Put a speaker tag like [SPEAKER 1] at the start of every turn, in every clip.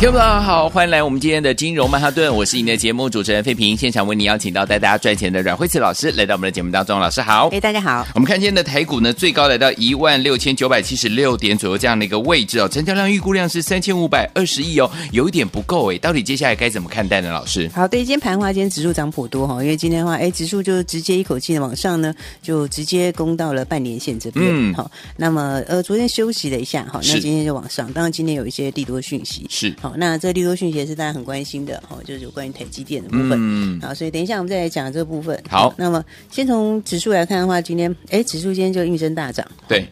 [SPEAKER 1] 听众朋友大家好，欢迎来我们今天的金融曼哈顿，我是你的节目主持人费平，现场为你邀请到带大家赚钱的阮慧慈老师来到我们的节目当中，老师好
[SPEAKER 2] 哎、。大家好。
[SPEAKER 1] 我们看今天的台股呢，最高来到一万六千九百七十六点左右这样的一个位置哦，成交量预估量是三千五百二十亿哦，有一点不够哎，到底接下来该怎么看待呢？老师，
[SPEAKER 2] 好，对，今天盘话，今天指数涨颇多哈，因为今天的话，哎，指数就直接一口气的往上呢，就直接攻到了半年线这
[SPEAKER 1] 嗯
[SPEAKER 2] 边。好、那么呃，昨天休息了一下，好，那
[SPEAKER 1] 是
[SPEAKER 2] 今天就往上。当然，今天有一些利多讯息，
[SPEAKER 1] 是
[SPEAKER 2] 好，那这利多讯息也是大家很关心的，哦，就是有关于台积电的部分。
[SPEAKER 1] 嗯，
[SPEAKER 2] 好，所以等一下我们再来讲这部分。
[SPEAKER 1] 好
[SPEAKER 2] 那么先从指数来看的话，今天哎，指数今天就应声大涨。
[SPEAKER 1] 对，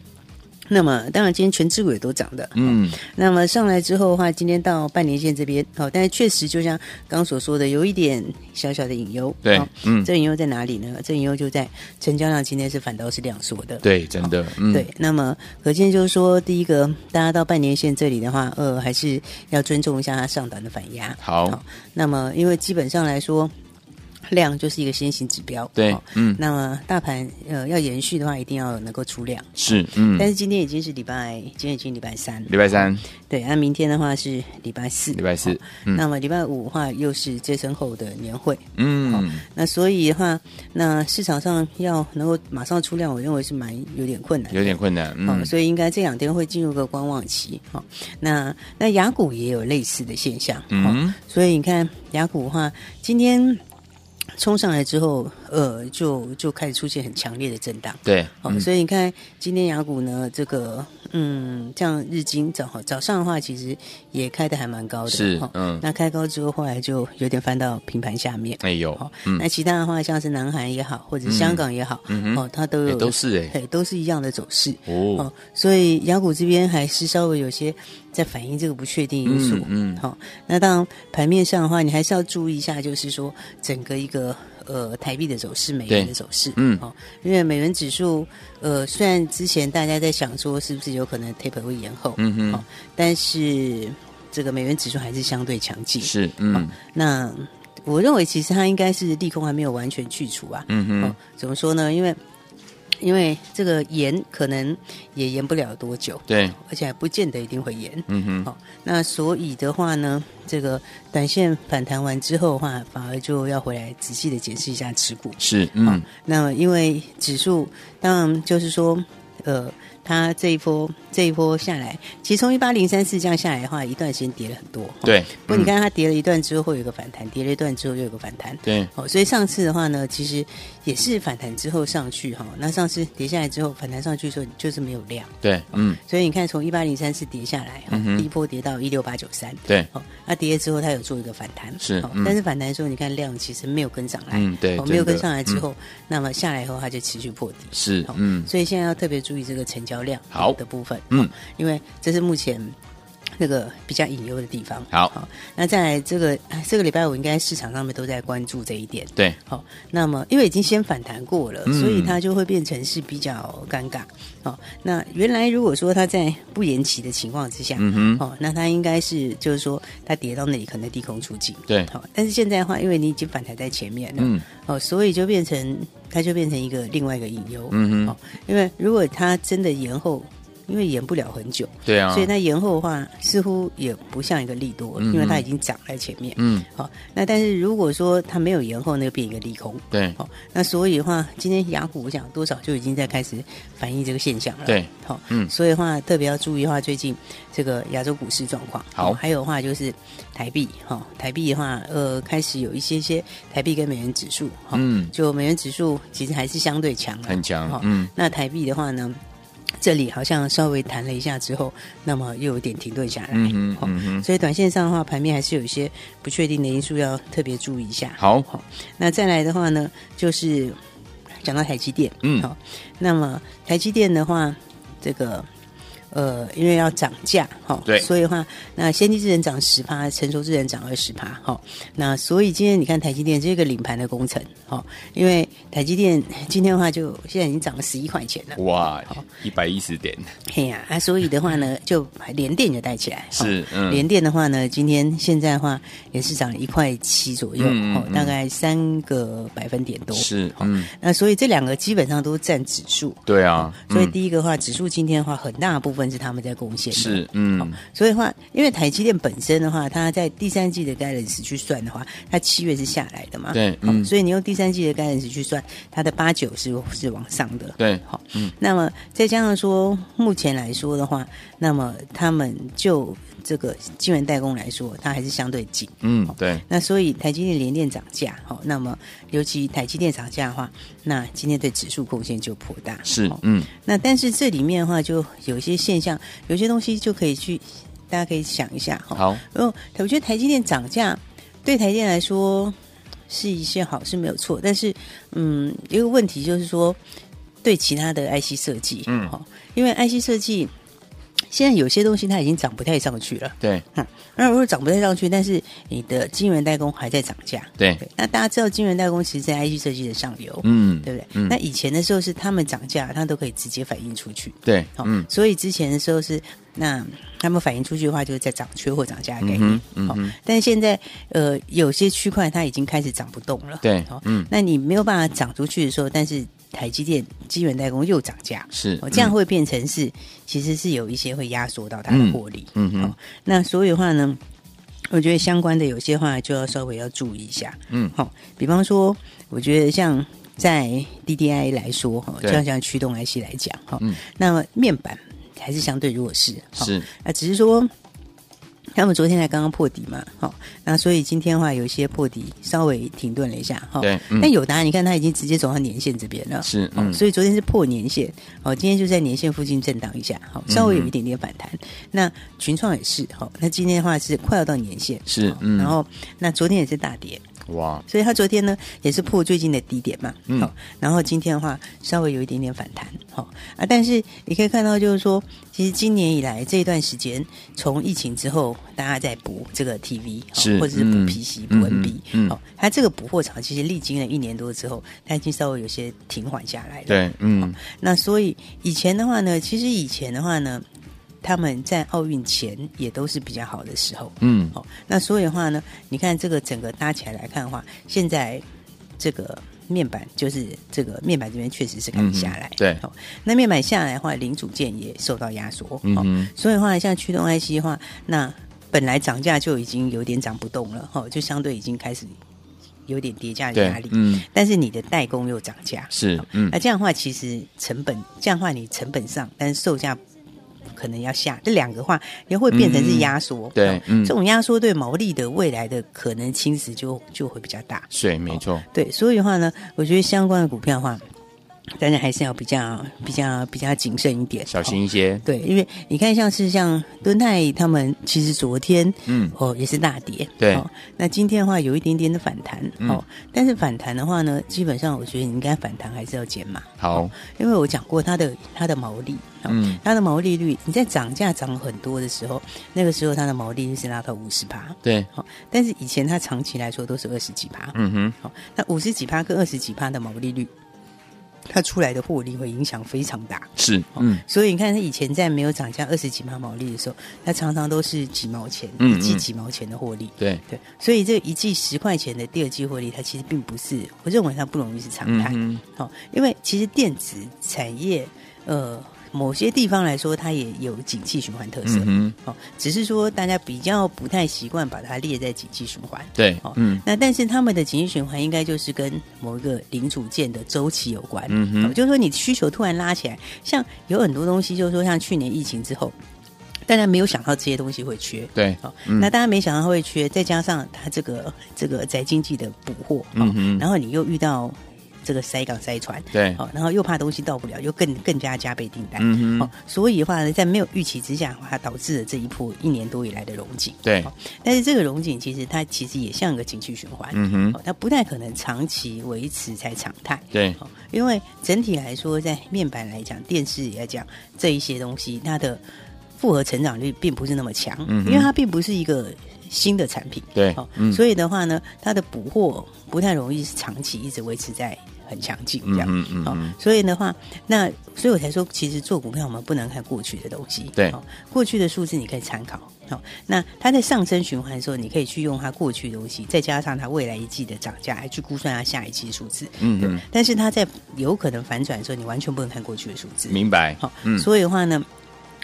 [SPEAKER 2] 那么当然，今天全指股也都涨的。
[SPEAKER 1] 嗯，
[SPEAKER 2] 那么上来之后的话，今天到半年线这边，好、但是确实就像刚刚所说的，有一点小小的隐忧。
[SPEAKER 1] 对
[SPEAKER 2] 好
[SPEAKER 1] 嗯
[SPEAKER 2] 这隐忧在哪里呢？这隐忧就在成交量今天是反倒是量缩的。
[SPEAKER 1] 对，真的，嗯，
[SPEAKER 2] 对，那么可见就是说，第一个，大家到半年线这里的话，呃，还是要尊重一下它上档的反压。
[SPEAKER 1] 好
[SPEAKER 2] 那么因为基本上来说，量就是一个先行指标。
[SPEAKER 1] 对
[SPEAKER 2] 好
[SPEAKER 1] 嗯
[SPEAKER 2] 那么大盘呃要延续的话，一定要能够出量。
[SPEAKER 1] 是，嗯，
[SPEAKER 2] 但是今天已经是礼拜，今天已经礼拜三了。
[SPEAKER 1] 礼拜三，
[SPEAKER 2] 对，那、明天的话是礼拜四，
[SPEAKER 1] 礼拜四
[SPEAKER 2] 哦
[SPEAKER 1] 嗯
[SPEAKER 2] 那么礼拜五的话又是接生后的年会，
[SPEAKER 1] 嗯，
[SPEAKER 2] 那所以的话，那市场上要能够马上出量，我认为是蛮有点困难的。
[SPEAKER 1] 有点困难，嗯
[SPEAKER 2] 哦，，所以应该这两天会进入个观望期。哦，那那雅股也有类似的现象。哦，
[SPEAKER 1] 嗯，
[SPEAKER 2] 所以你看雅股的话，今天冲上来之后，呃，就就开始出现很强烈的震荡。
[SPEAKER 1] 对，
[SPEAKER 2] 哦，
[SPEAKER 1] 嗯
[SPEAKER 2] 所以你看今天雅股呢，这个嗯，像日经早早上的话，其实也开的还蛮高的，
[SPEAKER 1] 是
[SPEAKER 2] 哦，
[SPEAKER 1] 嗯
[SPEAKER 2] 那开高之后，后来就有点翻到平盘下面。
[SPEAKER 1] 哎有
[SPEAKER 2] 哦，，
[SPEAKER 1] 嗯
[SPEAKER 2] 那，其他的话，像是南韩也好，或者香港也好，
[SPEAKER 1] 嗯哼
[SPEAKER 2] 哦，它都有、
[SPEAKER 1] 哎都是哎
[SPEAKER 2] 对，都是一样的走势。
[SPEAKER 1] 哦
[SPEAKER 2] 哦，，所以雅股这边还是稍微有些在反映这个不确定因素。
[SPEAKER 1] 嗯嗯
[SPEAKER 2] 好、那当然盘面上的话，你还是要注意一下，就是说整个一个呃台币的走势、美元
[SPEAKER 1] 对
[SPEAKER 2] 的走势。
[SPEAKER 1] 嗯
[SPEAKER 2] 好、因为美元指数呃虽然之前大家在想说是不是有可能 taper 会延后，
[SPEAKER 1] 嗯哼
[SPEAKER 2] 好但是这个美元指数还是相对强劲。
[SPEAKER 1] 是，嗯，
[SPEAKER 2] 那我认为其实它应该是利空还没有完全去除啊。
[SPEAKER 1] 嗯哼
[SPEAKER 2] 哦，怎么说呢？因为因为这个延可能也延不了多久，
[SPEAKER 1] 对，
[SPEAKER 2] 而且还不见得一定会延。
[SPEAKER 1] 嗯哼，
[SPEAKER 2] 好、那所以的话呢，这个短线反弹完之后的话，反而就要回来仔细的解释一下持股。
[SPEAKER 1] 是，
[SPEAKER 2] 好
[SPEAKER 1] 嗯，
[SPEAKER 2] 那么因为指数当然就是说，呃，它这一波这一波下来，其实从一八零三四这样下来的话，一段时间跌了很多。哦
[SPEAKER 1] 对，
[SPEAKER 2] 不过你
[SPEAKER 1] 嗯，
[SPEAKER 2] 看它跌了一段之后会有一个反弹，跌了一段之后又有一个反弹。
[SPEAKER 1] 对，
[SPEAKER 2] 哦，所以上次的话呢，其实也是反弹之后上去哈、那上次跌下来之后反弹上去的时候就是没有量，
[SPEAKER 1] 对，嗯，
[SPEAKER 2] 所以你看从一八零三四跌下来，哈、哦
[SPEAKER 1] 嗯哼
[SPEAKER 2] 第一波跌到一六八九三，
[SPEAKER 1] 对，
[SPEAKER 2] 哦，那跌了之后它有做一个反弹，
[SPEAKER 1] 是
[SPEAKER 2] 哦
[SPEAKER 1] 嗯
[SPEAKER 2] 但是反弹的时候你看量其实没有跟上来，
[SPEAKER 1] 嗯对
[SPEAKER 2] 哦，没
[SPEAKER 1] 真的
[SPEAKER 2] 有
[SPEAKER 1] 嗯
[SPEAKER 2] 跟上来之后，那么下来以后它就持续破底，
[SPEAKER 1] 是
[SPEAKER 2] 哦，
[SPEAKER 1] 嗯，
[SPEAKER 2] 所以现在要特别注意这个成交量
[SPEAKER 1] 好
[SPEAKER 2] 的部分，
[SPEAKER 1] 嗯
[SPEAKER 2] 嗯，因为这是目前那个比较隐忧的地方。哦
[SPEAKER 1] 好
[SPEAKER 2] 那再来这个哎这个礼拜五应该市场上面都在关注这一点。
[SPEAKER 1] 对，
[SPEAKER 2] 好、那么因为已经先反弹过了，
[SPEAKER 1] 嗯
[SPEAKER 2] 所以它就会变成是比较尴尬。好、那原来如果说它在不延期的情况之下，
[SPEAKER 1] 嗯哼，
[SPEAKER 2] 哦，那它应该是就是说它跌到那里可能低空出尽。
[SPEAKER 1] 对，
[SPEAKER 2] 好、但是现在的话，因为你已经反弹在前面了，
[SPEAKER 1] 嗯，
[SPEAKER 2] 哦，所以就变成它就变成一个另外一个隐忧。
[SPEAKER 1] 嗯哼
[SPEAKER 2] 哦，因为如果它真的延后，因为延不了很久，
[SPEAKER 1] 对啊
[SPEAKER 2] 所以，它延后的话，似乎也不像一个利多，
[SPEAKER 1] 嗯哼
[SPEAKER 2] 因为它已经涨在前面。
[SPEAKER 1] 嗯，
[SPEAKER 2] 好、那但是如果说它没有延后，那就变一个利空。
[SPEAKER 1] 对，
[SPEAKER 2] 好、那所以的话，今天雅虎我想多少就已经在开始反映这个现象了。
[SPEAKER 1] 对，
[SPEAKER 2] 好、
[SPEAKER 1] 嗯
[SPEAKER 2] 所以的话特别要注意的话，最近这个亚洲股市状况。
[SPEAKER 1] 好
[SPEAKER 2] 哦还有的话就是台币，哈、台币的话，呃，开始有一些些台币跟美元指数，哈、
[SPEAKER 1] 嗯，
[SPEAKER 2] 就美元指数其实还是相对强的，
[SPEAKER 1] 很强
[SPEAKER 2] 好，
[SPEAKER 1] 嗯，
[SPEAKER 2] 那台币的话呢，这里好像稍微弹了一下之后，那么又有点停顿下来。
[SPEAKER 1] 嗯哼，
[SPEAKER 2] 好
[SPEAKER 1] 嗯哼，
[SPEAKER 2] 所以短线上的话，盘面还是有一些不确定的因素要特别注意一下。
[SPEAKER 1] 好，
[SPEAKER 2] 那再来的话呢，就是讲到台积电，
[SPEAKER 1] 嗯
[SPEAKER 2] 好、那么台积电的话，这个呃，因为要涨价哈、哦
[SPEAKER 1] 对
[SPEAKER 2] 所以的话，那先进制人涨十趴，成熟制人涨二十趴哈。那所以今天你看台积电这个领盘的工程哈、哦因为台积电今天的话就现在已经涨了十一块钱了，
[SPEAKER 1] 哇，一百一十点，
[SPEAKER 2] 嘿呀、啊，所以的话 呢，就连电就带起来。哦
[SPEAKER 1] 是嗯
[SPEAKER 2] 连电的话呢，今天现在的话也是涨一块七左右，
[SPEAKER 1] 嗯嗯
[SPEAKER 2] 哦
[SPEAKER 1] 嗯
[SPEAKER 2] 大概三个百分点多。
[SPEAKER 1] 是
[SPEAKER 2] 哦
[SPEAKER 1] 嗯
[SPEAKER 2] 那所以这两个基本上都占指数。
[SPEAKER 1] 对啊，
[SPEAKER 2] 所以
[SPEAKER 1] 嗯
[SPEAKER 2] 第一个的话，指数今天的话，很大部分是他们在贡献的。哦
[SPEAKER 1] 是嗯，
[SPEAKER 2] 所以的话，因为台积电本身的话，它在第三季的 guidance 去算的话，它七月是下来的嘛，
[SPEAKER 1] 对
[SPEAKER 2] 好
[SPEAKER 1] 嗯
[SPEAKER 2] 所以你用第三季的 guidance 去算，它的八九是是往上的，
[SPEAKER 1] 对
[SPEAKER 2] 好、那么再加上说，目前来说的话，那么他们就这个晶圆代工来说，它还是相对紧，
[SPEAKER 1] 嗯，对，
[SPEAKER 2] 那所以台积电连电涨价，好、那么尤其台积电涨价的话，那今天对指数贡献就颇大，
[SPEAKER 1] 是
[SPEAKER 2] 好
[SPEAKER 1] 嗯，
[SPEAKER 2] 那但是这里面的话，就有一些现象，有些东西就可以去，大家可以想一下哈。
[SPEAKER 1] 好，
[SPEAKER 2] 然后嗯我觉得台积电涨价对台积电来说是一些好是没有错，但是嗯，有一个问题就是说对其他的 IC 设计，
[SPEAKER 1] 嗯
[SPEAKER 2] 哦，因为 IC 设计现在有些东西它已经涨不太上去了。
[SPEAKER 1] 对
[SPEAKER 2] 嗯，那如果涨不太上去，但是你的晶圆代工还在涨价，
[SPEAKER 1] 对，
[SPEAKER 2] 那大家知道晶圆代工其实在 IC 设计的上游，
[SPEAKER 1] 嗯，
[SPEAKER 2] 对不对？
[SPEAKER 1] 嗯
[SPEAKER 2] 那以前的时候是他们涨价，它都可以直接反映出去。
[SPEAKER 1] 对，
[SPEAKER 2] 好、
[SPEAKER 1] 嗯，
[SPEAKER 2] 哦所以之前的时候是那他们反映出去的话，就是在涨缺或涨价的概
[SPEAKER 1] 嗯
[SPEAKER 2] 念。
[SPEAKER 1] 哼嗯
[SPEAKER 2] 好
[SPEAKER 1] 哼
[SPEAKER 2] 但是现在呃有些区块它已经开始涨不动了。
[SPEAKER 1] 对
[SPEAKER 2] 好，
[SPEAKER 1] 嗯，
[SPEAKER 2] 那你没有办法涨出去的时候，但是台积电基本代工又涨价，
[SPEAKER 1] 是
[SPEAKER 2] 哦，这样
[SPEAKER 1] 嗯
[SPEAKER 2] 会变成是、其实是有一些会压缩到它的
[SPEAKER 1] 嗯
[SPEAKER 2] 获利。
[SPEAKER 1] 嗯哼
[SPEAKER 2] 好那所以的话呢，我觉得相关的有些话就要稍微要注意一下。
[SPEAKER 1] 嗯
[SPEAKER 2] 好、比方说，我觉得像在 DDI 来说，哈、
[SPEAKER 1] 对
[SPEAKER 2] 就像像驱动 IC 来讲，哈、
[SPEAKER 1] 嗯
[SPEAKER 2] 那么面板还是相对弱势，哈
[SPEAKER 1] 是
[SPEAKER 2] 啊，只是说。他们昨天才刚刚破底嘛，好、那所以今天的话有一些破底稍微停顿了一下，哈、
[SPEAKER 1] 对嗯
[SPEAKER 2] 但有达你看它已经直接走到年线这边了，
[SPEAKER 1] 是
[SPEAKER 2] 哦
[SPEAKER 1] 嗯
[SPEAKER 2] 所以昨天是破年线，哦，今天就在年线附近震荡一下，好、稍微有一点点反弹。那群创也是，好、那今天的话是快要到年线，
[SPEAKER 1] 是
[SPEAKER 2] 好
[SPEAKER 1] 嗯
[SPEAKER 2] 然后那昨天也是大跌，
[SPEAKER 1] 哇，
[SPEAKER 2] 所以它昨天呢也是破最近的低点嘛，
[SPEAKER 1] 嗯
[SPEAKER 2] 好，然后今天的话稍微有一点点反弹，好、啊，但是你可以看到就是说，其实今年以来这一段时间，从疫情之后，大家在补这个 TV，、好
[SPEAKER 1] 是
[SPEAKER 2] 或者是补
[SPEAKER 1] 嗯
[SPEAKER 2] PC、
[SPEAKER 1] 嗯
[SPEAKER 2] 补 NB，
[SPEAKER 1] 嗯嗯
[SPEAKER 2] 好、它这个补货潮其实历经了一年多之后，它已经稍微有些停缓下来了，
[SPEAKER 1] 对，嗯，
[SPEAKER 2] 那所以以前的话呢，其实以前的话呢，他们在奥运前也都是比较好的时候。
[SPEAKER 1] 嗯，
[SPEAKER 2] 哦，那所以的话呢，你看这个整个搭起来来看的话，现在这个面板就是这个面板这边确实是开始下来，
[SPEAKER 1] 嗯哼对
[SPEAKER 2] 哦，那面板下来的话，零组件也受到压缩，
[SPEAKER 1] 嗯
[SPEAKER 2] 哦
[SPEAKER 1] 哼，
[SPEAKER 2] 所以的话像驱动 IC 的话，那本来涨价就已经有点涨不动了，哦，就相对已经开始有点叠加的压
[SPEAKER 1] 对
[SPEAKER 2] 力，，哎
[SPEAKER 1] 嗯，
[SPEAKER 2] 但是你的代工又涨价，
[SPEAKER 1] 是，嗯
[SPEAKER 2] 那、，这样的话，其实成本这样的话，你成本上，但是售价可能要下，这两个话也会变成是压缩。
[SPEAKER 1] 对
[SPEAKER 2] 哦
[SPEAKER 1] 嗯
[SPEAKER 2] 这种压缩对毛利的未来的可能侵蚀就就会比较大。
[SPEAKER 1] 是，没错，
[SPEAKER 2] 对，所以的话呢，我觉得相关的股票的话，当然还是要比较比较比较谨慎一点，
[SPEAKER 1] 小
[SPEAKER 2] 哦
[SPEAKER 1] 心一些，
[SPEAKER 2] 对，因为你看，像是像敦泰他们，其实昨天
[SPEAKER 1] 嗯，
[SPEAKER 2] 哦，也是大跌。
[SPEAKER 1] 对
[SPEAKER 2] 那今天的话有一点点的反弹、
[SPEAKER 1] 嗯
[SPEAKER 2] 哦，但是反弹的话呢，基本上我觉得你应该反弹还是要减码，
[SPEAKER 1] 好，
[SPEAKER 2] 因为我讲过它的它的毛利，哦
[SPEAKER 1] 嗯
[SPEAKER 2] 它的毛利率，你在涨价涨很多的时候，那个时候它的毛利率是拉到五十趴，
[SPEAKER 1] 对，
[SPEAKER 2] 好、但是以前它长期来说都是二十几趴，
[SPEAKER 1] 嗯哼，
[SPEAKER 2] 好、那五十几趴跟二十几趴的毛利率，它出来的获利会影响非常大，哦
[SPEAKER 1] 是，嗯，
[SPEAKER 2] 所以你看，它以前在没有涨价二十几毛毛利的时候，它常常都是几毛钱，
[SPEAKER 1] 嗯
[SPEAKER 2] 一季
[SPEAKER 1] 嗯
[SPEAKER 2] 几毛钱的获利。
[SPEAKER 1] 对，
[SPEAKER 2] 对，所以这一季十块钱的第二季获利，它其实并不是，我认为它不容易是常
[SPEAKER 1] 嗯
[SPEAKER 2] 态。
[SPEAKER 1] 哼，
[SPEAKER 2] 哦，因为其实电子产业，呃，某些地方来说，它也有景气循环特色。
[SPEAKER 1] 嗯哼，
[SPEAKER 2] 哦，只是说大家比较不太习惯把它列在景气循环。
[SPEAKER 1] 对
[SPEAKER 2] 哦，
[SPEAKER 1] 嗯，
[SPEAKER 2] 那但是他们的景气循环应该就是跟某一个零组件的周期有关，
[SPEAKER 1] 嗯哼
[SPEAKER 2] 哦就是说你需求突然拉起来，像有很多东西，就是说像去年疫情之后，大家没有想到这些东西会缺，
[SPEAKER 1] 对，
[SPEAKER 2] 哦，
[SPEAKER 1] 嗯
[SPEAKER 2] 那大家没想到会缺，再加上它这个这个宅经济的补货，哦
[SPEAKER 1] 嗯哼
[SPEAKER 2] 然后你又遇到。这个塞港塞船，
[SPEAKER 1] 对
[SPEAKER 2] 好、然后又怕东西到不了，又更更加加倍订单，
[SPEAKER 1] 嗯哼
[SPEAKER 2] 哦，所以的话呢，在没有预期之下，它导致了这一波一年多以来的融景，
[SPEAKER 1] 对
[SPEAKER 2] 好但是这个融景其实它其实也像个景气循环，
[SPEAKER 1] 嗯哼
[SPEAKER 2] 哦，它不太可能长期维持在常态，
[SPEAKER 1] 对
[SPEAKER 2] 哦，因为整体来说，在面板来讲，电视也来讲这一些东西，它的复合成长率并不是那么强，
[SPEAKER 1] 嗯哼
[SPEAKER 2] 因为它并不是一个新的产品，
[SPEAKER 1] 对
[SPEAKER 2] 哦
[SPEAKER 1] 嗯
[SPEAKER 2] 所以的话呢，它的补货不太容易是长期一直维持在很强劲这样，
[SPEAKER 1] 嗯哼嗯哼
[SPEAKER 2] 所以的话，那所以我才说，其实做股票我们不能看过去的东西，
[SPEAKER 1] 对
[SPEAKER 2] 哦过去的数字你可以参考。好，那它在上升循环的时候，你可以去用它过去的东西，再加上它未来一季的涨价，来去估算它下一季的数字。
[SPEAKER 1] 嗯
[SPEAKER 2] 对
[SPEAKER 1] 嗯，
[SPEAKER 2] 但是它在有可能反转的时候，你完全不能看过去的数字。
[SPEAKER 1] 明白
[SPEAKER 2] 好、，
[SPEAKER 1] 嗯，
[SPEAKER 2] 所以的话呢，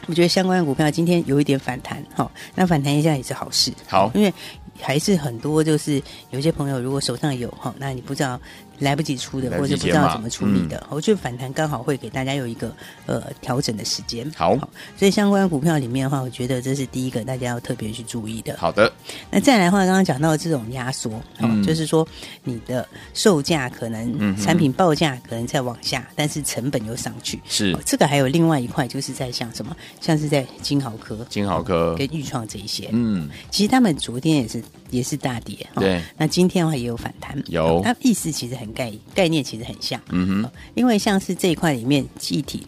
[SPEAKER 2] 我觉得相关的股票今天有一点反弹，好、那反弹一下也是好事。
[SPEAKER 1] 好
[SPEAKER 2] 因为还是很多就是有些朋友如果手上有哈、那你不知道来不及出的，
[SPEAKER 1] 来不
[SPEAKER 2] 或
[SPEAKER 1] 及
[SPEAKER 2] 者不知
[SPEAKER 1] 解码嗯
[SPEAKER 2] 道怎么处理的，我觉得反弹刚好会给大家有一个呃调整的时间。
[SPEAKER 1] 好
[SPEAKER 2] 所以相关的股票里面的话，我觉得这是第一个大家要特别去注意的。
[SPEAKER 1] 好的，
[SPEAKER 2] 那再来的话，刚刚讲到这种压缩，哦
[SPEAKER 1] 嗯
[SPEAKER 2] 就是说你的售价可能、
[SPEAKER 1] 嗯哼
[SPEAKER 2] 产品报价可能在往下，但是成本又上去。
[SPEAKER 1] 是
[SPEAKER 2] 哦这个还有另外一块，就是在像什么，像是在金豪科、
[SPEAKER 1] 金豪科，
[SPEAKER 2] 跟裕创这一些，
[SPEAKER 1] 嗯，
[SPEAKER 2] 其实他们昨天也是也是大跌，哦
[SPEAKER 1] 对，
[SPEAKER 2] 那今天的话也有反弹，
[SPEAKER 1] 有
[SPEAKER 2] 哦它意思其实很概概念其实很像，
[SPEAKER 1] 嗯
[SPEAKER 2] 哦，因为像是这一块里面记忆体。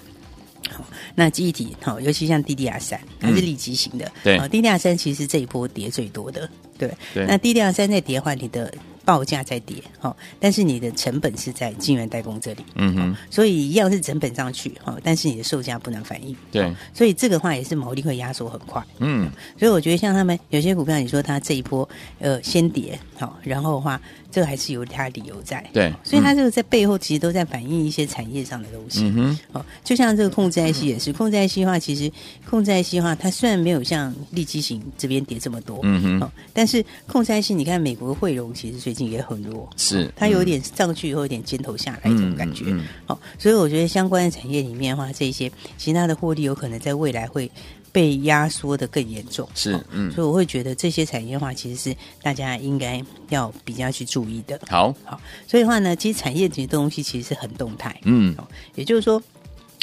[SPEAKER 2] 好那记忆体好，尤其像 DDR 三，它是立即型的。
[SPEAKER 1] 嗯对
[SPEAKER 2] 哦，DDR 三其实是这一波跌最多的，对。
[SPEAKER 1] 对
[SPEAKER 2] 那 DDR 三在跌的话，你的报价在跌，好、但是你的成本是在晶圆代工这里，
[SPEAKER 1] 嗯哼，
[SPEAKER 2] 所以一样是成本上去，哈、但是你的售价不能反应。
[SPEAKER 1] 对，
[SPEAKER 2] 所以这个话也是毛利会压缩很快。
[SPEAKER 1] 嗯，
[SPEAKER 2] 所以我觉得像他们有些股票，你说它这一波呃先跌好、然后的话，这个还是有它的理由在。
[SPEAKER 1] 对
[SPEAKER 2] 所以它这个在背后其实都在反映一些产业上的东西。
[SPEAKER 1] 嗯哼，
[SPEAKER 2] 哦，就像这个控制 IC 也是，控制 IC 的话，其实控制 IC 的话，它虽然没有像立基型这边跌这么多，
[SPEAKER 1] 嗯哼，
[SPEAKER 2] 哦，但是控制 IC，你看美国汇融其实最近也很弱，
[SPEAKER 1] 是，嗯
[SPEAKER 2] 它有点上去以后有点尖头下来这种感觉。
[SPEAKER 1] 嗯嗯嗯
[SPEAKER 2] 哦，所以我觉得相关的产业里面的话，这一些其他的获利有可能在未来会被压缩的更严重。
[SPEAKER 1] 是
[SPEAKER 2] 哦，
[SPEAKER 1] 嗯，
[SPEAKER 2] 所以我会觉得这些产业的话，其实是大家应该要比较去注意的。
[SPEAKER 1] 好，
[SPEAKER 2] 好，所以的话呢，其实产业这些东西其实是很动态。
[SPEAKER 1] 嗯，
[SPEAKER 2] 哦，也就是说，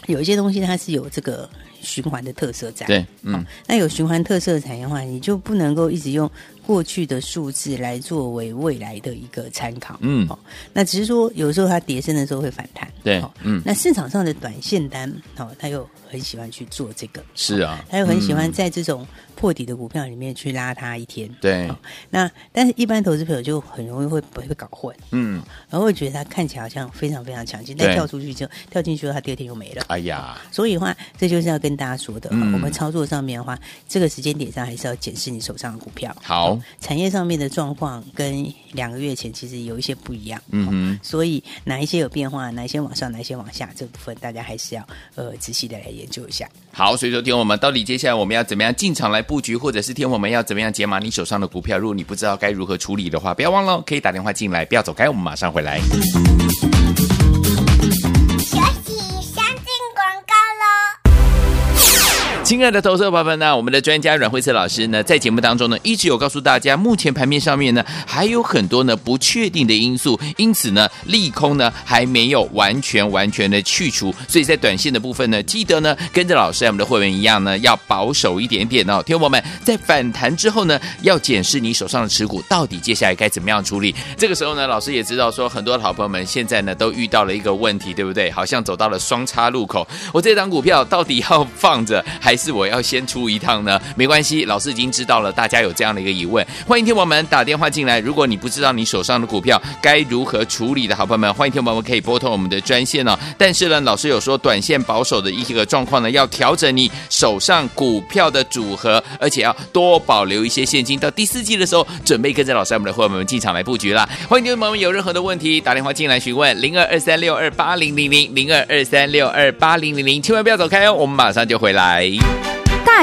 [SPEAKER 2] 有一些东西它是有这个循环的特色在。
[SPEAKER 1] 对，嗯
[SPEAKER 2] 哦，那有循环特色的产业的话，你就不能够一直用过去的数字来作为未来的一个参考。
[SPEAKER 1] 嗯
[SPEAKER 2] 哦，那只是说有时候它跌升的时候会反弹。
[SPEAKER 1] 对
[SPEAKER 2] 哦，
[SPEAKER 1] 嗯，
[SPEAKER 2] 那市场上的短线单，哦，他又很喜欢去做这个，
[SPEAKER 1] 是啊，
[SPEAKER 2] 他又很喜欢
[SPEAKER 1] 嗯，
[SPEAKER 2] 在这种破底的股票里面去拉它一天。
[SPEAKER 1] 对，
[SPEAKER 2] 那但是，一般投资朋友就很容易会会搞混，
[SPEAKER 1] 嗯，
[SPEAKER 2] 然后会觉得它看起来好像非常非常强劲，
[SPEAKER 1] 对
[SPEAKER 2] 但跳出去之后，跳进去后，它第二天又没了。
[SPEAKER 1] 哎呀，
[SPEAKER 2] 所以的话，这就是要跟大家说的，
[SPEAKER 1] 嗯
[SPEAKER 2] 我们操作上面的话，这个时间点上还是要检视你手上的股票。
[SPEAKER 1] 好，
[SPEAKER 2] 产业上面的状况跟两个月前其实有一些不一样，
[SPEAKER 1] 嗯
[SPEAKER 2] 哦
[SPEAKER 1] 哼，
[SPEAKER 2] 所以哪一些有变化，哪一些往上，哪一些往下，这部分大家还是要呃仔细的来研究一下。
[SPEAKER 1] 好，所以说听我们到底接下来我们要怎么样进场来布局，或者是听我们要怎么样解码你手上的股票？如果你不知道该如何处理的话，不要忘了可以打电话进来，不要走开，我们马上回来。
[SPEAKER 3] 学习先进广告喽。
[SPEAKER 1] 亲爱的投资者朋友们呢，我们的专家阮慧慈老师呢，在节目当中呢，一直有告诉大家，目前盘面上面呢，还有很多呢不确定的因素，因此呢，利空呢还没有完全完全的去除，所以在短线的部分呢，记得呢跟着老师和我们的会员一样呢，要保守一点点哦。听众朋友们，在反弹之后呢，要检视你手上的持股到底接下来该怎么样处理。这个时候呢，老师也知道说，很多的好朋友们现在呢都遇到了一个问题，对不对？好像走到了双叉路口，我这档股票到底要放着，还是我要先出一趟呢？没关系，老师已经知道了，大家有这样的一个疑问，欢迎听我们打电话进来。如果你不知道你手上的股票该如何处理的好朋友们，欢迎听我们可以拨通我们的专线哦。但是呢，老师有说短线保守的一个状况呢，要调整你手上股票的组合，而且要多保留一些现金，到第四季的时候准备跟着老师和我们的伙伴们进场来布局啦。欢迎听众朋友们有任何的问题打电话进来询问零二二三六二八零零零零二二三六二八零零零，千万不要走开哦，我们马上就回来。
[SPEAKER 4] 大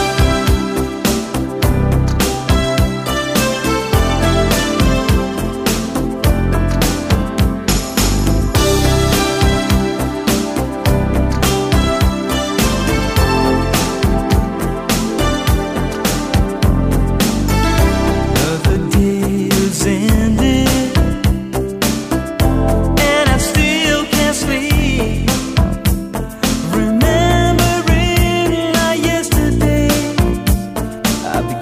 [SPEAKER 5] Another day is ended, and I still can't sleep. Remembering my yesterday, oh,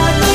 [SPEAKER 5] Oh,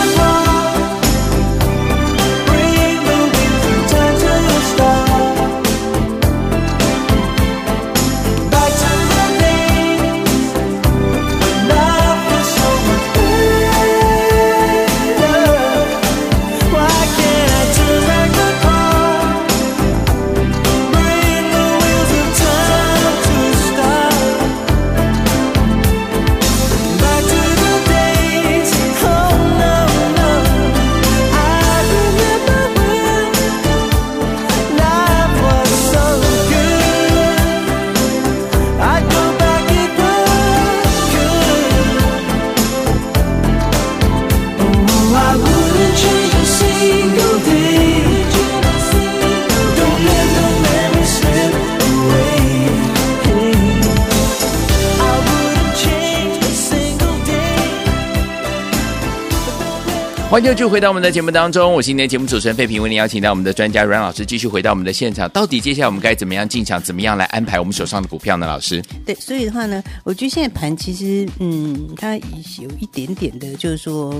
[SPEAKER 1] 欢迎继续回到我们的节目当中，我是今天的节目主持人费平，为您邀请到我们的专家阮老师继续回到我们的现场。到底接下来我们该怎么样进场，怎么样来安排我们手上的股票呢？老师，
[SPEAKER 2] 对，所以的话呢，我觉得现在盘其实，嗯，它有一点点的，就是说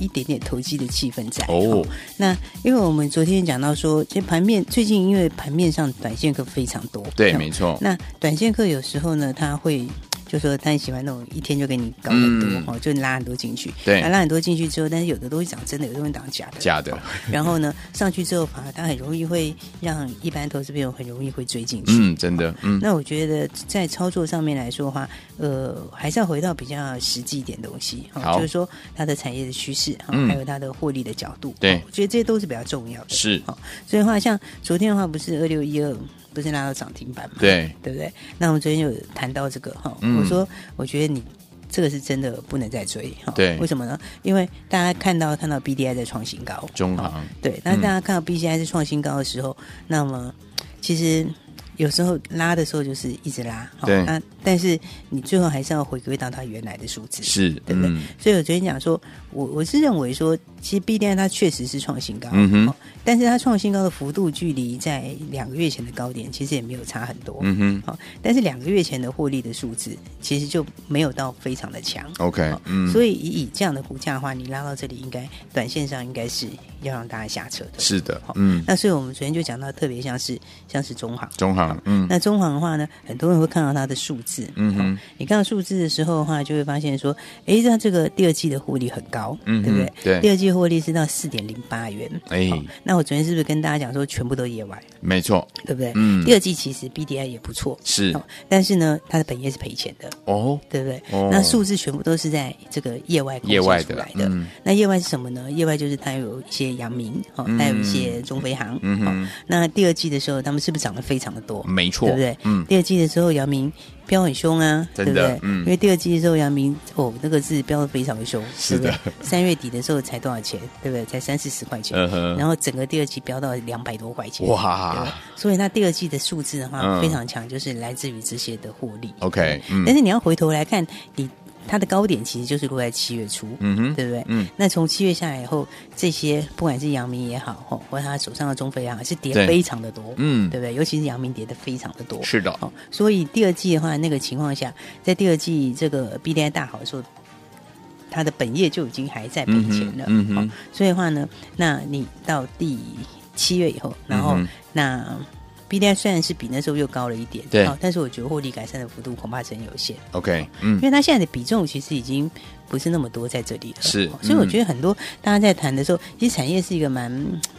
[SPEAKER 2] 一点点投机的气氛在。
[SPEAKER 1] 哦
[SPEAKER 2] 那因为我们昨天讲到说，这盘面最近因为盘面上短线客非常多，
[SPEAKER 1] 对，
[SPEAKER 2] 哦
[SPEAKER 1] 没错，
[SPEAKER 2] 那短线客有时候呢，他会。就说他喜欢那种一天就给你搞很多、
[SPEAKER 1] 嗯
[SPEAKER 2] 哦，就拉很多进去，
[SPEAKER 1] 对
[SPEAKER 2] 啊拉很多进去之后，但是有的东西涨真的，有的东西涨假的，
[SPEAKER 1] 假的
[SPEAKER 2] 哦然后呢，上去之后反而他很容易会让一般投资朋友很容易会追进去，
[SPEAKER 1] 嗯，真的，嗯，
[SPEAKER 2] 那我觉得在操作上面来说的话，呃，还是要回到比较实际一点的东西，哦
[SPEAKER 1] 好
[SPEAKER 2] 就是说它的产业的趋势，哈
[SPEAKER 1] 嗯
[SPEAKER 2] 还有它的获利的角度，
[SPEAKER 1] 对
[SPEAKER 2] 哦我觉得这些都是比较重要的。
[SPEAKER 1] 是
[SPEAKER 2] 哦，所以的话，像昨天的话，不是二六一二不是拉到涨停板嘛？
[SPEAKER 1] 对，
[SPEAKER 2] 对不对？那我们昨天有谈到这个哈，
[SPEAKER 1] 嗯
[SPEAKER 2] 我说我觉得你。这个是真的不能再追哈，
[SPEAKER 1] 对
[SPEAKER 2] 为什么呢？因为大家看到看到 B D I 在创新高，
[SPEAKER 1] 中
[SPEAKER 2] 哦
[SPEAKER 1] 行，
[SPEAKER 2] 对，那
[SPEAKER 1] 嗯
[SPEAKER 2] 大家看到 B C I 是创新高的时候，那么其实有时候拉的时候就是一直拉，哦
[SPEAKER 1] 对
[SPEAKER 2] 那但是你最后还是要回归到它原来的数字，
[SPEAKER 1] 是，
[SPEAKER 2] 对不对？
[SPEAKER 1] 嗯，
[SPEAKER 2] 所以我昨天讲说，我我是认为说，其实 B D I 它确实是创新高，
[SPEAKER 1] 嗯哼
[SPEAKER 2] 哦，但是它创新高的幅度距离在两个月前的高点其实也没有差很多，
[SPEAKER 1] 嗯哼
[SPEAKER 2] 好、但是两个月前的获利的数字其实就没有到非常的强，
[SPEAKER 1] ，OK，
[SPEAKER 2] 好
[SPEAKER 1] 嗯，
[SPEAKER 2] 所以以以这样的股价的话，你拉到这里，应该短线上应该是要让大家下车的。
[SPEAKER 1] 是的
[SPEAKER 2] 好，
[SPEAKER 1] 嗯，
[SPEAKER 2] 那所以我们昨天就讲到，特别像是像是中行。
[SPEAKER 1] 中行，嗯，
[SPEAKER 2] 那中行的话呢，很多人会看到它的数字，
[SPEAKER 1] 嗯哼
[SPEAKER 2] 好你看到数字的时候的话，就会发现说，诶，它这个第二季的获利很高，
[SPEAKER 1] 嗯哼
[SPEAKER 2] 对不对？
[SPEAKER 1] 对
[SPEAKER 2] 第二季获利是到四点零八元，
[SPEAKER 1] 哎
[SPEAKER 2] 好那我昨天是不是跟大家讲说，全部都业外，
[SPEAKER 1] 没错，
[SPEAKER 2] 对不对？
[SPEAKER 1] 嗯
[SPEAKER 2] 第二季其实 BDI 也不错，
[SPEAKER 1] 是
[SPEAKER 2] 好，但是呢，它的本业是赔钱的，
[SPEAKER 1] 哦，
[SPEAKER 2] 对不对？
[SPEAKER 1] 哦
[SPEAKER 2] 那数字全部都是在这个业外
[SPEAKER 1] 业外的
[SPEAKER 2] 出来的。
[SPEAKER 1] 嗯
[SPEAKER 2] 那业外是什么呢？业外就是它有一些阳明，哦，它有一些中飞航，
[SPEAKER 1] 嗯哼
[SPEAKER 2] 哦。那第二季的时候，他们是不是涨得非常的多？
[SPEAKER 1] 没错，
[SPEAKER 2] 对不对？
[SPEAKER 1] 嗯，
[SPEAKER 2] 第二季的时候，阳明飙很凶啊，
[SPEAKER 1] 真
[SPEAKER 2] 对
[SPEAKER 1] 的
[SPEAKER 2] 不对？
[SPEAKER 1] 嗯
[SPEAKER 2] 因为第二季的时候，阳明哦，那个是飙得非常的凶，
[SPEAKER 1] 是的
[SPEAKER 2] 对不对。三月底的时候才多少钱？对不对？才三四十块钱，
[SPEAKER 1] 嗯哼
[SPEAKER 2] 然后整个第二季飙到两百多块钱，
[SPEAKER 1] 哇
[SPEAKER 2] 对不对所以它第二季的数字的话
[SPEAKER 1] 啊嗯
[SPEAKER 2] 非常强，就是来自于这些的获利。
[SPEAKER 1] OK，嗯
[SPEAKER 2] 但是你要回头来看，你它的高点其实就是落在七月初，
[SPEAKER 1] 嗯哼
[SPEAKER 2] 对不对？
[SPEAKER 1] 嗯，
[SPEAKER 2] 那从七月下来以后，这些不管是阳明也好，吼或者他手上的中飞也好，是跌
[SPEAKER 1] 对
[SPEAKER 2] 非常的多，
[SPEAKER 1] 嗯
[SPEAKER 2] 对不对？尤其是阳明跌的非常的多，
[SPEAKER 1] 是的
[SPEAKER 2] 哦，所以第二季的话，那个情况下，在第二季这个 B D I 大好的时候，它的本业就已经还在赔钱了，
[SPEAKER 1] 嗯哼嗯哼
[SPEAKER 2] 哦所以的话呢，那你到第七月以后，然后、
[SPEAKER 1] 嗯哼
[SPEAKER 2] 那 B D I 虽然是比那时候又高了一点，
[SPEAKER 1] 对
[SPEAKER 2] 哦，但是我觉得获利改善的幅度恐怕是很有限，
[SPEAKER 1] ，OK，嗯
[SPEAKER 2] 因，为它现在的比重其实已经不是那么多在这里了，
[SPEAKER 1] 是
[SPEAKER 2] 哦所以我
[SPEAKER 1] 嗯
[SPEAKER 2] 觉得很多大家在谈的时候，其实产业是一个蛮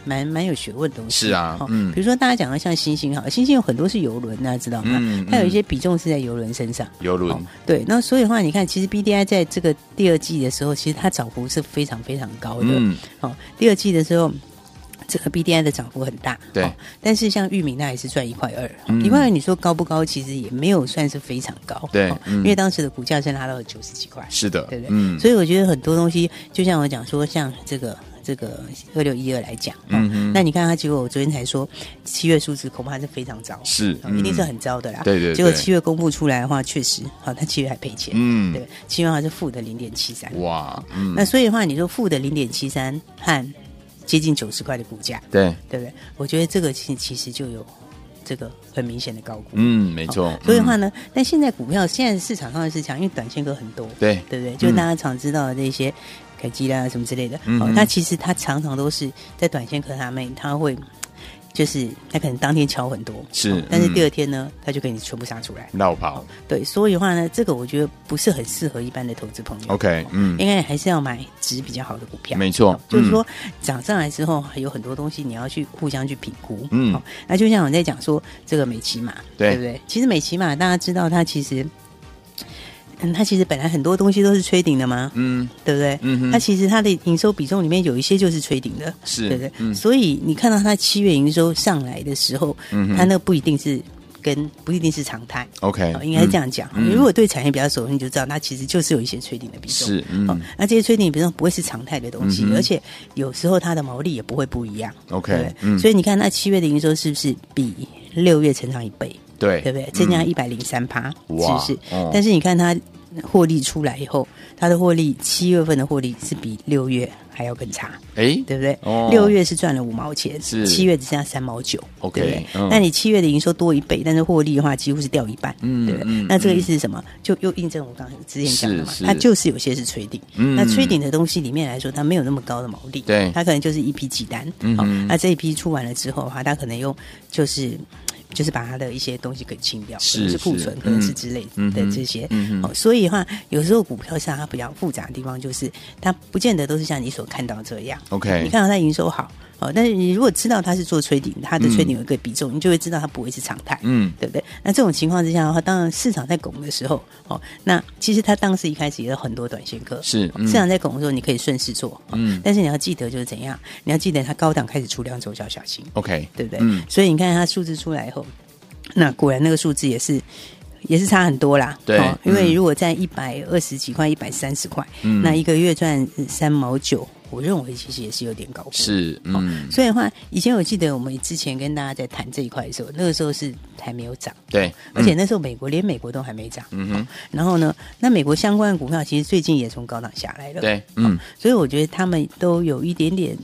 [SPEAKER 2] 蛮蛮有学问的东西，
[SPEAKER 1] 是啊
[SPEAKER 2] 哦
[SPEAKER 1] 嗯
[SPEAKER 2] 比如说大家讲到像星星哈，星星有很多是游轮，大家知道吗？
[SPEAKER 1] 嗯
[SPEAKER 2] 它有一
[SPEAKER 1] 嗯
[SPEAKER 2] 些比重是在游轮身上，
[SPEAKER 1] 游轮
[SPEAKER 2] 哦，对，那所以的话，你看，其实 B D I 在这个第二季的时候，其实它涨幅是非常非常高的，
[SPEAKER 1] 嗯，
[SPEAKER 2] 哦，第二季的时候。这个 B D I 的涨幅很大，
[SPEAKER 1] 对
[SPEAKER 2] 哦但是像域名，它也是赚一块二
[SPEAKER 1] 嗯，
[SPEAKER 2] 一块二你说高不高？其实也没有算是非常高，哦
[SPEAKER 1] 对嗯
[SPEAKER 2] 因为当时的股价是拉到了九十几块，
[SPEAKER 1] 是的，
[SPEAKER 2] 对不对？
[SPEAKER 1] 嗯，
[SPEAKER 2] 所以我觉得很多东西，就像我讲说，像这个这个二六一二来讲，
[SPEAKER 1] 嗯
[SPEAKER 2] 嗯
[SPEAKER 1] 哼
[SPEAKER 2] 那你看它，结果我昨天才说七月数字恐怕是非常糟，
[SPEAKER 1] 是
[SPEAKER 2] 哦一定是
[SPEAKER 1] 嗯
[SPEAKER 2] 很糟的啦。
[SPEAKER 1] 对对对
[SPEAKER 2] 结果七月公布出来的话，确实，好，它七月还赔钱，
[SPEAKER 1] 嗯
[SPEAKER 2] 对，七月还是负的零点七三，
[SPEAKER 1] 哇，嗯，
[SPEAKER 2] 那所以的话，你说负的零点七三和接近九十块的股价，
[SPEAKER 1] 对，
[SPEAKER 2] 对不对？我觉得这个其其实就有这个很明显的高估。
[SPEAKER 1] 嗯，没错，
[SPEAKER 2] 哦所以的
[SPEAKER 1] 嗯
[SPEAKER 2] 话呢，但现在股票现在市场上的市场，因为短线客很多，
[SPEAKER 1] 对
[SPEAKER 2] 对不对？就大家常知道的这些凯基啦什么之类的，
[SPEAKER 1] 嗯
[SPEAKER 2] 哦
[SPEAKER 1] 哼，
[SPEAKER 2] 那其实它常常都是在短线客他们他会。就是他可能当天敲很多，
[SPEAKER 1] 是
[SPEAKER 2] 哦但是
[SPEAKER 1] 嗯
[SPEAKER 2] 第二嗯天呢，他就给你全部杀出来。
[SPEAKER 1] 绕跑
[SPEAKER 2] 对，所以的话呢，这个我觉得不是很适合一般的投资朋友。
[SPEAKER 1] ，OK，嗯，
[SPEAKER 2] 应该还是要买值比较好的股票。
[SPEAKER 1] 没错
[SPEAKER 2] 哦就
[SPEAKER 1] 嗯
[SPEAKER 2] 是说涨上来之后，还有很多东西你要去互相去评估。
[SPEAKER 1] 嗯
[SPEAKER 2] 好，那就像我在讲说这个美骑马，
[SPEAKER 1] 对
[SPEAKER 2] 不对？其实美骑马大家知道，它其实。嗯，它其实本来很多东西都是吹顶的嘛，
[SPEAKER 1] 嗯，
[SPEAKER 2] 对不对？
[SPEAKER 1] 嗯哼
[SPEAKER 2] 它其实它的营收比重里面有一些就是吹顶的，
[SPEAKER 1] 是
[SPEAKER 2] 对不对？
[SPEAKER 1] 嗯
[SPEAKER 2] 所以你看到它七月营收上来的时候，
[SPEAKER 1] 嗯哼
[SPEAKER 2] 它那不一定是跟不一定是常态
[SPEAKER 1] OK，
[SPEAKER 2] 哦应该这样讲。
[SPEAKER 1] 嗯
[SPEAKER 2] 你如果对产业比较熟悉，你就知道它其实就是有一些吹顶的比重。
[SPEAKER 1] 是，
[SPEAKER 2] 哦
[SPEAKER 1] 嗯，
[SPEAKER 2] 那这些吹顶比重不会是常态的东西
[SPEAKER 1] 嗯，哼
[SPEAKER 2] 而且有时候它的毛利也不会不一样。
[SPEAKER 1] OK，
[SPEAKER 2] 对不对
[SPEAKER 1] 嗯
[SPEAKER 2] 所以你看，那七月的营收是不是比六月成长一倍？
[SPEAKER 1] 对，
[SPEAKER 2] 对不对？增加
[SPEAKER 1] 嗯
[SPEAKER 2] 一百零三趴，是
[SPEAKER 1] 哇
[SPEAKER 2] 不是
[SPEAKER 1] 哦？
[SPEAKER 2] 但是你看它获利出来以后，它的获利七月份的获利是比六月还要更差，
[SPEAKER 1] 哎，
[SPEAKER 2] 对不对
[SPEAKER 1] 哦？
[SPEAKER 2] 六、月是赚了五毛钱，
[SPEAKER 1] 是
[SPEAKER 2] 七月只剩下三毛九
[SPEAKER 1] OK，
[SPEAKER 2] 对不对？
[SPEAKER 1] 嗯
[SPEAKER 2] 那你七月的营收多一倍，但是获利的话几乎是掉一半，
[SPEAKER 1] 嗯
[SPEAKER 2] 对不对？
[SPEAKER 1] 嗯
[SPEAKER 2] 那这个意思是什么？就又印证我刚才之前讲的嘛
[SPEAKER 1] 是，是
[SPEAKER 2] 它就是有些是吹顶，
[SPEAKER 1] 嗯
[SPEAKER 2] 那吹顶的东西里面来说，它没有那么高的毛利，
[SPEAKER 1] 对
[SPEAKER 2] 它可能就是一批几单，
[SPEAKER 1] 嗯
[SPEAKER 2] 好
[SPEAKER 1] 哼
[SPEAKER 2] 那这一批出完了之后的话，它可能用就是。就是把它的一些东西给清掉，
[SPEAKER 1] 是
[SPEAKER 2] 可能是库
[SPEAKER 1] 是
[SPEAKER 2] 存，可能是
[SPEAKER 1] 嗯
[SPEAKER 2] 之类
[SPEAKER 1] 嗯
[SPEAKER 2] 的
[SPEAKER 1] 哼
[SPEAKER 2] 这些。
[SPEAKER 1] 嗯哼
[SPEAKER 2] 哦，所以的话，有时候股票上它比较复杂的地方，就是它不见得都是像你所看到这样。
[SPEAKER 1] OK
[SPEAKER 2] 你看到它营收好，哦，但是你如果知道它是做吹顶，它的吹顶有一个比重，你就会知道它不会是常态。
[SPEAKER 1] 嗯
[SPEAKER 2] 对不对？那这种情况之下的话，当然市场在拱的时候，哦，那其实它当时一开始也有很多短线客，哦
[SPEAKER 1] 是嗯
[SPEAKER 2] 市场在拱的时候，你可以顺势做，哦
[SPEAKER 1] 嗯
[SPEAKER 2] 但是你要记得就是怎样，你要记得它高档开始出量之后就要小心，
[SPEAKER 1] ，OK，
[SPEAKER 2] 对不对？
[SPEAKER 1] 嗯
[SPEAKER 2] 所以你看它数字出来以后，那果然那个数字也是。也是差很多啦，哦
[SPEAKER 1] 对
[SPEAKER 2] 因为
[SPEAKER 1] 嗯
[SPEAKER 2] 如果在一百二十几块、一百三十块，
[SPEAKER 1] 嗯
[SPEAKER 2] 那一个月赚三毛九，我认为其实也是有点高估。
[SPEAKER 1] 是，
[SPEAKER 2] 哦
[SPEAKER 1] 嗯，
[SPEAKER 2] 所以的话，以前我记得我们之前跟大家在谈这一块的时候，那个时候是还没有涨，
[SPEAKER 1] 对，
[SPEAKER 2] 而且那时候美国连美国都还没涨。
[SPEAKER 1] 嗯哼，
[SPEAKER 2] 然后呢，那美国相关的股票其实最近也从高档下来了。，
[SPEAKER 1] 对，嗯，
[SPEAKER 2] 所以我觉得他们都有一点点，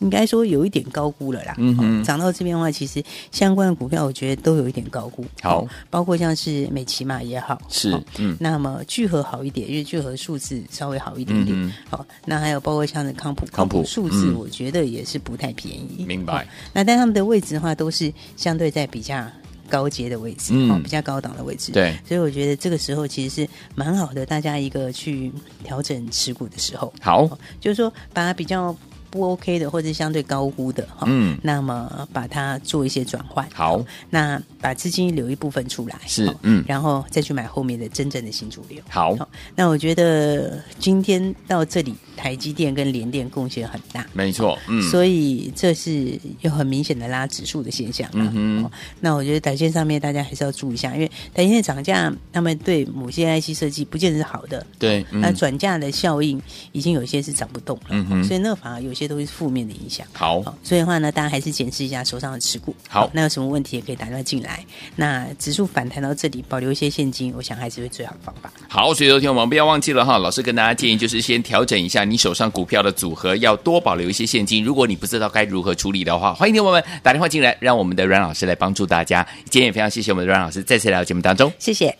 [SPEAKER 2] 应该说有一点高估了啦。
[SPEAKER 1] 嗯哼
[SPEAKER 2] 哦涨到这边的话，其实相关的股票我觉得都有一点高估。
[SPEAKER 1] 好
[SPEAKER 2] 哦，包括像是美骑马也好，
[SPEAKER 1] 是
[SPEAKER 2] 哦
[SPEAKER 1] 嗯
[SPEAKER 2] 那么聚合好一点，因为聚合数字稍微好一点点
[SPEAKER 1] 嗯。
[SPEAKER 2] 好，那还有包括像是康普，
[SPEAKER 1] 康普
[SPEAKER 2] 数字
[SPEAKER 1] 嗯
[SPEAKER 2] 我觉得也是不太便宜。
[SPEAKER 1] 明白
[SPEAKER 2] 哦那但他们的位置的话，都是相对在比较高阶的位置，
[SPEAKER 1] 嗯
[SPEAKER 2] 哦，比较高档的位置。
[SPEAKER 1] 对
[SPEAKER 2] 所以我觉得这个时候其实是蛮好的，大家一个去调整持股的时候，
[SPEAKER 1] 好，
[SPEAKER 2] 就是说把比较不 OK 的或者相对高估的哈，
[SPEAKER 1] 嗯
[SPEAKER 2] 那么把它做一些转换，
[SPEAKER 1] 好，
[SPEAKER 2] 那把资金留一部分出来，
[SPEAKER 1] 是
[SPEAKER 2] 哦，
[SPEAKER 1] 嗯，
[SPEAKER 2] 然后再去买后面的真正的新主流。
[SPEAKER 1] 好，
[SPEAKER 2] 那我觉得今天到这里，台积电跟联电贡献很大，
[SPEAKER 1] 没错，嗯，
[SPEAKER 2] 所以这是有很明显的拉指数的现象、啊。
[SPEAKER 1] 嗯哼
[SPEAKER 2] 哦那我觉得台积电上面大家还是要注意一下，因为台积电涨价，他们对某些 IC 设计不见得是好的，
[SPEAKER 1] 对，
[SPEAKER 2] 那
[SPEAKER 1] 嗯，
[SPEAKER 2] 转嫁的效应已经有一些是涨不动了，哦
[SPEAKER 1] 嗯哼
[SPEAKER 2] 所以那反而有些都是负面的影响。
[SPEAKER 1] 好，
[SPEAKER 2] 好，所以的话呢，大家还是检视一下手上的持股。哦
[SPEAKER 1] 好
[SPEAKER 2] 那有什么问题也可以打电话进来。那指数反弹到这里，保留一些现金，我想还是会最好的方法。
[SPEAKER 1] 好，所以昨天我们不要忘记了哈，老师跟大家建议就是先调整一下你手上股票的组合，要多保留一些现金。如果你不知道该如何处理的话，欢迎听我们打电话进来，让我们的阮老师来帮助大家。今天也非常谢谢我们的阮老师再次来到节目当中。
[SPEAKER 2] 谢谢。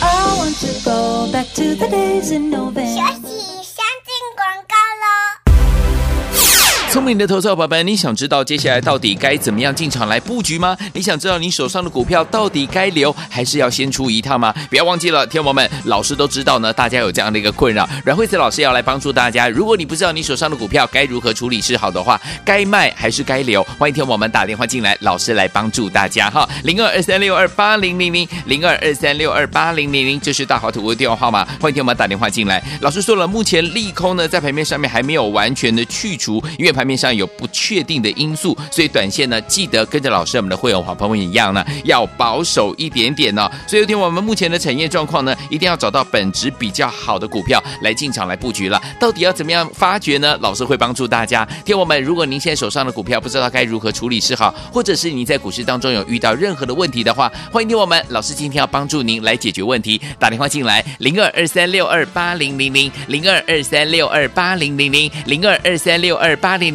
[SPEAKER 6] I want to go back to the days in November.
[SPEAKER 3] 学习先进广告喽。
[SPEAKER 1] 聪明的投资者宝宝们，你想知道接下来到底该怎么样进场来布局吗？你想知道你手上的股票到底该留还是要先出一趟吗？不要忘记了，天王们，老师都知道呢，大家有这样的一个困扰，阮惠子老师要来帮助大家。如果你不知道你手上的股票该如何处理是好的话，该卖还是该留，欢迎天王们打电话进来，老师来帮助大家哈。零二二三六二八零零零零二二三六二八零零零，这是大华图的电话号码，欢迎天王们打电话进来。老师说了，目前利空呢在盘面上面还没有完全的去除，因为盘面上有不确定的因素，所以短线呢，记得跟着老师我们的会员好朋友一样呢，要保守一点点哦。所以，有天我们目前的产业状况呢，一定要找到本质比较好的股票来进场来布局了。到底要怎么样发掘呢？老师会帮助大家。天我们，如果您现在手上的股票不知道该如何处理是好，或者是你在股市当中有遇到任何的问题的话，欢迎听我们老师今天要帮助您来解决问题，打电话进来零二二三六二八零零零零二二三六二八零零零零二二三六二八零